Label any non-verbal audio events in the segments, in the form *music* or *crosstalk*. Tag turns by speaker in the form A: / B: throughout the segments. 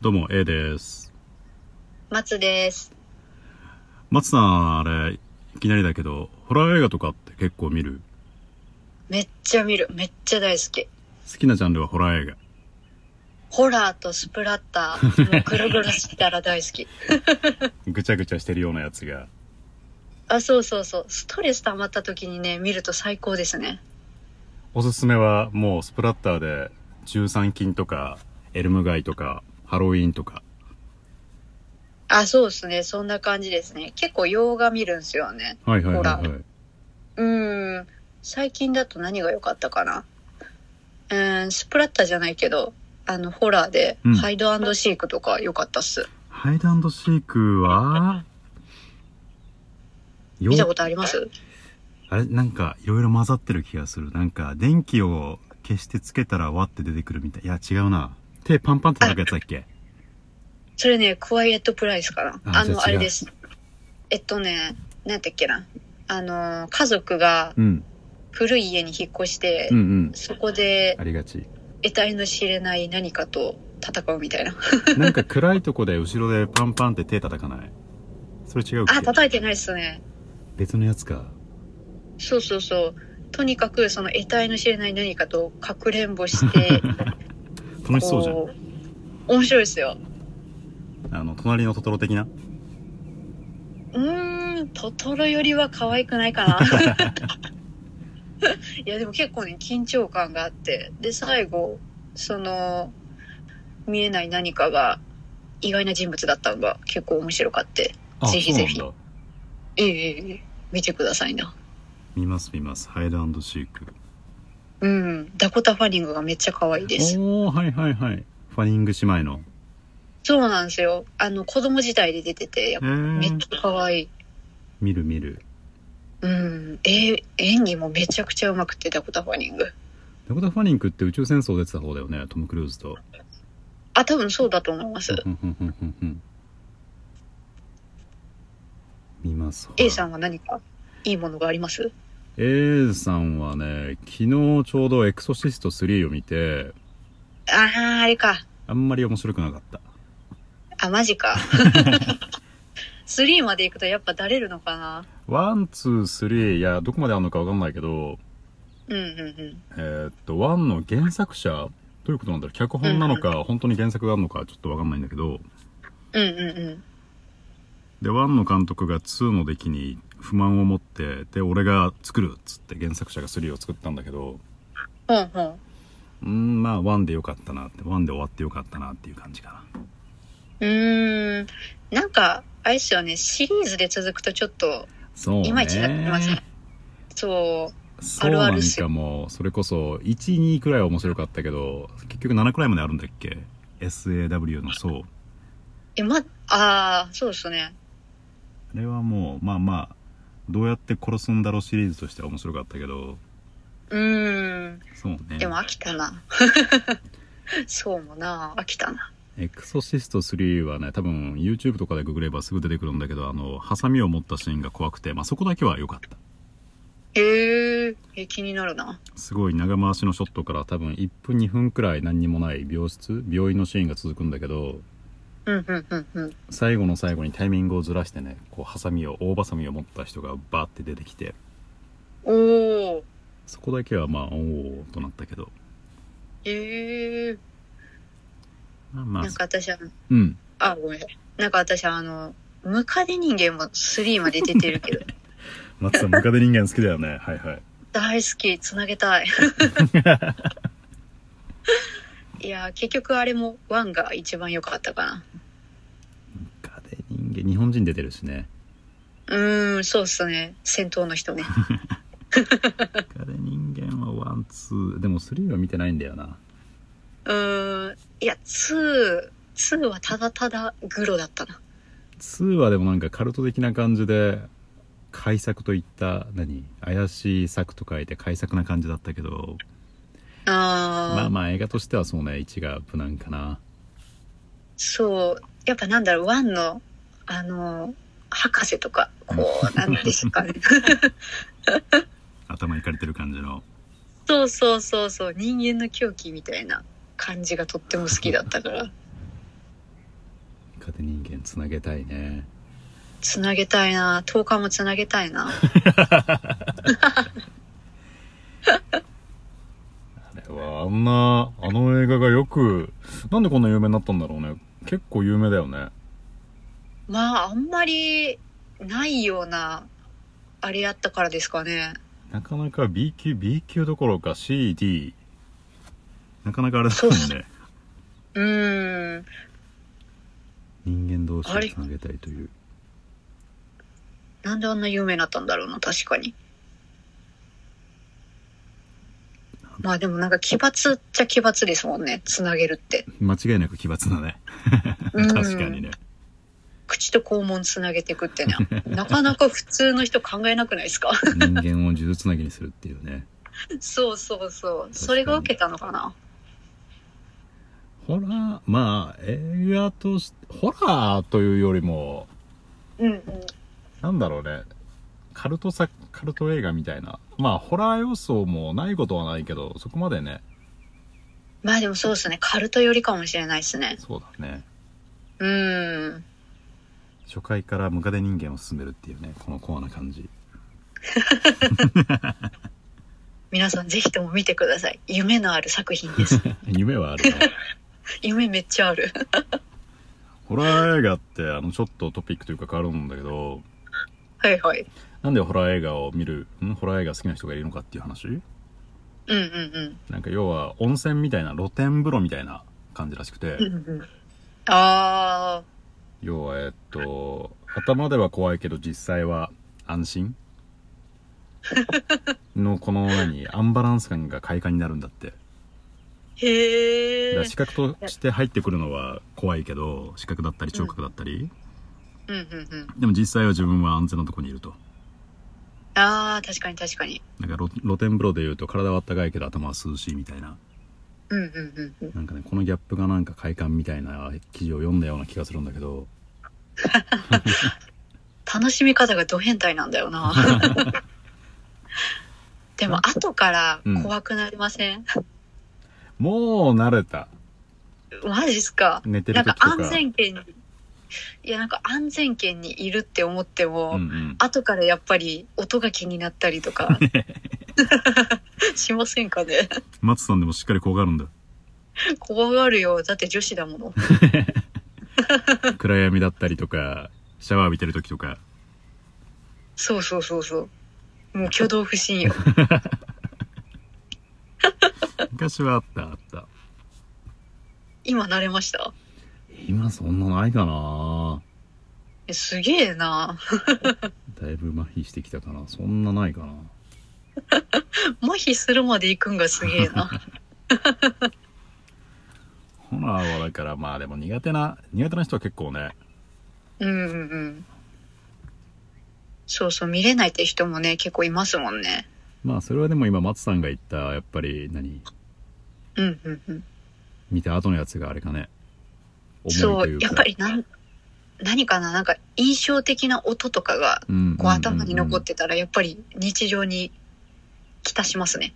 A: どうも、A です。
B: 松です。
A: 松さん、あれ、いきなりだけど、ホラー映画とかって結構見る
B: めっちゃ見る。めっちゃ大好き。
A: 好きなジャンルはホラー映画。
B: ホラーとスプラッター、もうぐるぐるしたら大好き。 *laughs*
A: ぐちゃぐちゃしてるようなやつが。
B: あ、そうそうそう。ストレス溜まった時にね、見ると最高ですね。
A: おすすめは、もうスプラッターで、13金とか、エルム街とか、ハロウィーンとか。
B: あ、そうですね。そんな感じですね。結構洋画見るんすよね。
A: はいはいは
B: ホラ
A: い、はい。
B: うーん。最近だと何が良かったかな。うーん、スプラッターじゃないけど、あの、ホラーで、
A: うん
B: ハイドシークとか良かったっす。
A: ハイドアンドシークは、よ
B: 見たことあります
A: あれなんか、いろいろ混ざってる気がする。なんか、電気を消してつけたら、わって出てくるみたい。いや、違うな。手パンパンって叩くやつだっけ
B: それね、クワイエットプライスかな。
A: あ
B: あ
A: じゃ
B: の、
A: あ
B: あ
A: 違う
B: れです。えっとね、なんだっけな。あの、家族が
A: うん。
B: 古い家に引っ越して、
A: うんうん。
B: そこで
A: ありがち。
B: 得体の知れない何かと戦うみた
A: *laughs*
B: いな。 *laughs*
A: なんか暗いとこで後ろでパンパンって手叩かないそれ違うっけ
B: あ、叩いてないっすね。
A: 別のやつか。
B: そうそうそう。とにかく、その得体の知れない何かとかくれんぼして、
A: 楽 *laughs* しそうじゃ
B: こう面白いですよ。
A: ん。あの、隣のトトロ的な
B: うーん、トトロよりは可愛くないかな。 *laughs* いや、でも結構ね、緊張感があって。で、最後、その、見えない何かが意外な人物だったのが結構面白かって。ぜひぜひ
A: そうなんだ
B: ええええ見てくださいな。
A: 見ます見ます。ハイドシーク。
B: うん、ダコタ・ファニングがめっちゃ可愛いです。
A: おー、はいはいはい。ファニング姉妹の。
B: そうなんですよ。あの、子供時代で出てて、やっ
A: え
B: ぱめっ
A: ー
B: ち、ゃ可愛い。
A: 見る見る。
B: うん、え演技もめちゃくちゃうまくて、ダコタ・ファニング。
A: ダコタ・ファニングって宇宙戦争出てた方だよね。トム・クルーズと。
B: あ、多分そうだと思います。
A: うんうんうんうんうん見ます。
B: A さんは何かいいものがあります
A: A さんはね、昨日ちょうどエクソシスト3を見て、
B: ああ、あれか。
A: あんまり面白くなかった。
B: あ、マジ *laughs* か。3まで行くとやっぱだれるのかな
A: ワン、ツー、スリー、いや、どこまであるのかわかんないけど、
B: うんうんうん。
A: えーっと、ワンの原作者、どういうことなんだろう脚本なのか、本当に原作があるのか、ちょっとわかんないんだけど、
B: うんうんうん。
A: で、ワンの監督がツーの出来に不満を持って、で、俺が作るっつって原作者がスリーを作ったんだけど、
B: ほんほん。
A: うーん、まあ、ワンでよかったなって、ワンで終わってよかったなっていう感じかな。
B: うーん。なんか、あれですよね。シリーズで続くとちょっと、
A: そうね。
B: いまいちなってますねそ
A: そうな
B: あるあ
A: ん
B: るし
A: かもう、それこそ、1、2くらいは面白かったけど、結局7くらいまであるんだっけ ?SAW のそう。
B: う、え、ま、ああ、そうですね。
A: あれはもうまあまあどうやって殺すんだろうシリーズとしては面白かったけど
B: うーん。
A: そうね
B: でも飽きたな。 *laughs* そうもな、飽きたな。
A: エクソシスト3はね多分 YouTube とかでググればすぐ出てくるんだけどあのハサミを持ったシーンが怖くてまあそこだけは良かった
B: へえ、え、気になるな。
A: すごい長回しのショットから多分1分2分くらい何にもない病室病院のシーンが続くんだけど
B: うんうんうんうん。
A: 最後の最後にタイミングをずらしてねこうハサミを大バサミを持った人がバーって出てきて
B: おー。
A: そこだけはまあおおとなったけど
B: ええ
A: まあまあ
B: なんか私は、
A: うん
B: あ、ごめん。なんか私はあの、ムカデ人間も3まで出てるけど、
A: 松さんムカデ人間好きだよねはいはい
B: 大好き、つなげたい。いやー、結局あれも1が一番良かったかな。
A: ガデ人間日本人出てるし *laughs* ね
B: うーん、そうっすね。戦闘の人ね。
A: ガデ人間はワンツーでも3は見てないんだよな
B: うーん、いや、2、2はただただグロだったな。
A: 2はでもなんかカルト的な感じで改作といった何怪しい作と書いて改作な感じだったけど
B: あー、
A: まあまあ映画としてはそうね1が無難かな
B: そう、やっぱなんだろう、1の、あの、博士とか、こう、なんですかね。
A: 頭いかれてる感じの
B: そうそうそうそう人間の狂気みたいな感じがとっても好きだったから
A: 家庭人間つなげたいね
B: つなげたいな10日もつなげたい
A: *laughs*
B: な
A: あれはあんなあの映画がよくなんでこんな有名になったんだろうね結構有名だよね
B: まああんまりないようなあれやったからですかね
A: なかなか B 級 B 級どころか CD なかなかあれだもんね
B: うーん
A: 人間同士
B: あ
A: を
B: れ
A: つなげたいという
B: なんであんな有名になったんだろうな確かにまあでもなんか奇抜っちゃ奇抜ですもんねつなげるって
A: 間違いなく奇抜だね
B: う
A: *laughs*
B: ん
A: 確かにね
B: 口と肛門つなげていくってねなかなか普通の人考えなくないですか
A: 人間を数珠つなぎにするっていうね
B: そうそうそうそれが受けたのかな
A: ホラーまあ映画としてホラーというよりも
B: うんうん
A: なんだろうねカルト作カルト映画みたいなまあホラー要素もないことはないけどそこまでね
B: まあでもそうですねカルト寄りかもしれないですね
A: そうだね
B: うん
A: 初回からムカデ人間を進めるっていうねこのコアな感じ *laughs*
B: 皆さんぜひとも見てください夢のある作品 *laughs* です
A: 夢はあるね
B: 夢めっちゃある
A: ホラー映画ってあのちょっとトピックというか変わるんだけど
B: はいはい
A: なんでホラー映画を見るんホラー映画好きな人がいるのかっていう話
B: うんうん
A: なんか要は温泉みたいな露天風呂みたいな感じらしく
B: *laughs*
A: て
B: うんうんうんああ
A: 要はえっと頭では怖いけど実際は安心のこの何アンバランス感が快感になるんだってだ
B: へ
A: か
B: え
A: ら視覚として入ってくるのは怖いけど視覚だったり聴覚だったり、
B: うんうんうん
A: でも実際は自分は安全なとこにいると
B: ああ確かに確かに
A: なんか露露天風呂でいうと体はあったかいけど頭は涼しいみたいな
B: うんうんうんうん
A: なんかねこのギャップがなんか快感みたいな記事を読んだような気がするんだけど
B: 楽しみ方がド変態なんだよな *laughs* でも後から怖くなりませ *laughs* ん、
A: もう慣れた
B: マジっすか
A: 寝て
B: な
A: る
B: ん
A: 時
B: か
A: とか
B: 安全圏にいやなんか安全圏にいるって思っても、
A: うんうん
B: 後からやっぱり音が気になったり
A: *laughs*
B: とかしませんかね
A: 松さんでもしっかり怖がるんだ
B: 怖がるよだって女子だもの
A: 暗闇だったりとかシャワー浴びてる時とか
B: そうそうそうそうもう挙動不審よ
A: 昔はあったあった
B: 今慣れました
A: 今そんなないかな
B: えすげえな
A: だいぶ麻痺してきたかなそんなないかな
B: 麻痺するまで行くんがすげ
A: *laughs*
B: えな
A: ホラーはだからまあでも苦手な苦手な人は結構ね
B: うんうんうんそうそう見れないって人もね結構いますもんね
A: まあそれはでも今松さんが言ったやっぱり何
B: うんうんうん
A: 見た後のやつがあれかね
B: そ
A: 重いうとい
B: や
A: う
B: っ
A: か
B: ぱりなん何かななんか印象的な音とかが
A: うんうんうんうん
B: こう頭に残ってたらやっぱり日常に来たしますね。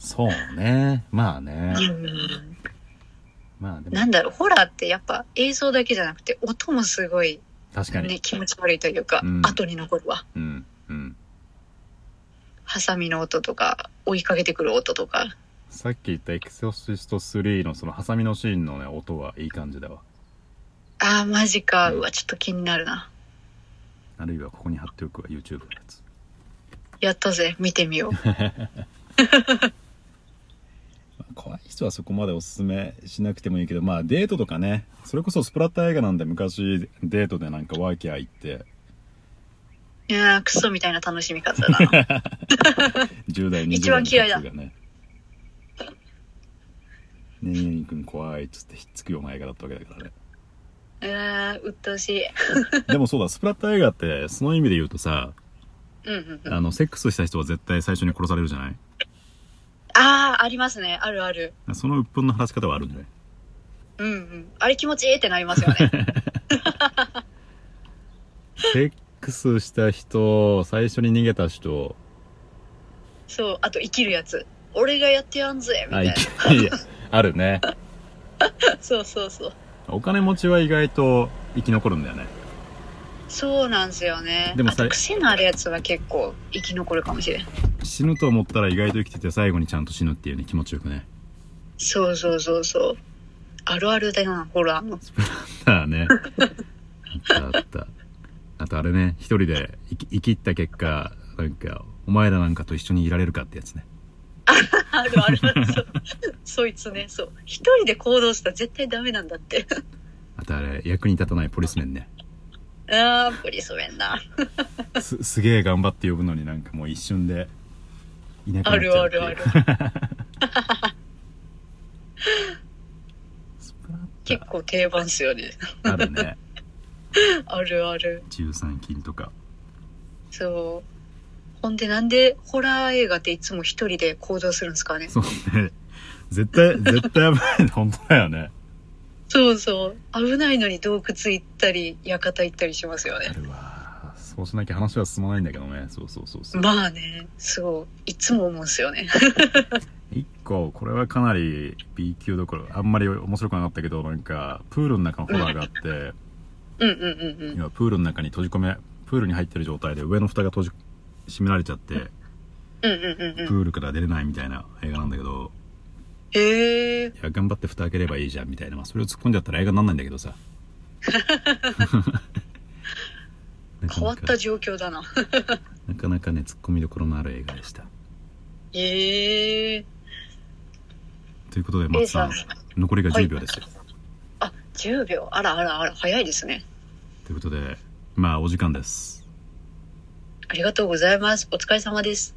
A: そうねまあね
B: うん
A: まあでも
B: なんだろうホラーってやっぱ映像だけじゃなくて音もすごい、
A: 確かに、
B: ね、気持ち悪いというか、
A: うん
B: 後に残るわ
A: うんうん
B: ハサミの音とか追いかけてくる音とか
A: さっき言ったエクソシスト3のそのハサミのシーンのね音はいい感じだわ
B: あーマジか
A: うん
B: うわちょっと気になるな
A: あるいはここに貼っておくわ YouTube のやつ
B: やったぜ見てみよ *laughs* う
A: 怖い人はそこまでおすすめしなくてもいいけどまあデートとかねそれこそスプラッター映画なんで昔デートでなんかワーキャー行って
B: いやークソみたいな楽しみ方だ *laughs* な
A: 10代20
B: 一
A: 代
B: 番
A: の
B: 嫌いだ
A: カップルがね「ねえゆにくん怖い」っつってひっつくような映画だったわけだからね
B: うーんうっとうしい
A: でもそうだスプラッター映画ってその意味で言うとさ
B: うんうんうん
A: あのセックスした人は絶対最初に殺されるじゃない
B: あーありますねあるある
A: その鬱憤の晴らし方はあるんじゃない
B: うんうんあれ気持ちいいってなりますよね
A: *laughs* セックスした人最初に逃げた人
B: そうあと生きるやつ俺がやってやんぜみた
A: あ
B: い
A: い
B: な
A: けいやあるね
B: そうそうそう。
A: お金持ちは意外と生き残るんだよね
B: そうなんですよね
A: でも
B: あ
A: さ
B: と癖のあるやつは結構生き残るかもしれん
A: 死ぬと思ったら意外と生きてて最後にちゃんと死ぬっていうね気持ちよくね
B: そうそうそうそうあるあるだよなホラーの
A: だねあったあったあとあれね一人で生き生きった結果なんかお前らなんかと一緒にいられるかってやつね
B: *laughs* あるあるそうそいつねそう一人で行動したら絶対ダメなんだって *laughs*
A: あとあれ役に立たないポリスメンね
B: あープリソメンな
A: すすげえ頑張って呼ぶのになんかもう一瞬でいなくな
B: あ
A: っち
B: る
A: ゃう
B: あ
A: っていう
B: るある
A: スプラッ
B: 結構定番っすよね
A: タあるね
B: あるある
A: 13金とか
B: そうほんでなんでホラー映画っていつも一人で行動するんですかね
A: そうね絶対絶対危ない本当だよね
B: そうそう危ないのに洞窟行ったり館行ったりしますよ
A: あ
B: ね
A: るわそうしなきゃ話は進まないんだけどねそうそうそうそう、
B: まあねそういつも思うんすよね
A: 一個これはかなり B 級どころあんまり面白くなかったけどなんかプールの中のホラーがあって
B: うんうんうんうん
A: 今プールの中に閉じ込めプールに入ってる状態で上の蓋が閉じ閉められちゃって
B: うんうんうんうん
A: プールから出れないみたいな映画なんだけど
B: へえ
A: いや頑張って蓋開ければいいじゃんみたいな、まあ、それを突っ込んじゃったら映画になんないんだけど
B: *laughs*
A: さなか
B: 変わ
A: な
B: っ
A: か
B: た状況だな
A: なかなかね突っ込みどころのある映画でした
B: へえ
A: ということで松さん
B: え
A: 残りが
B: はい
A: 10秒ですよ、
B: あ10秒あらあらあら早いですね
A: ということでまあお時間です
B: ありがとうございますお疲れ様です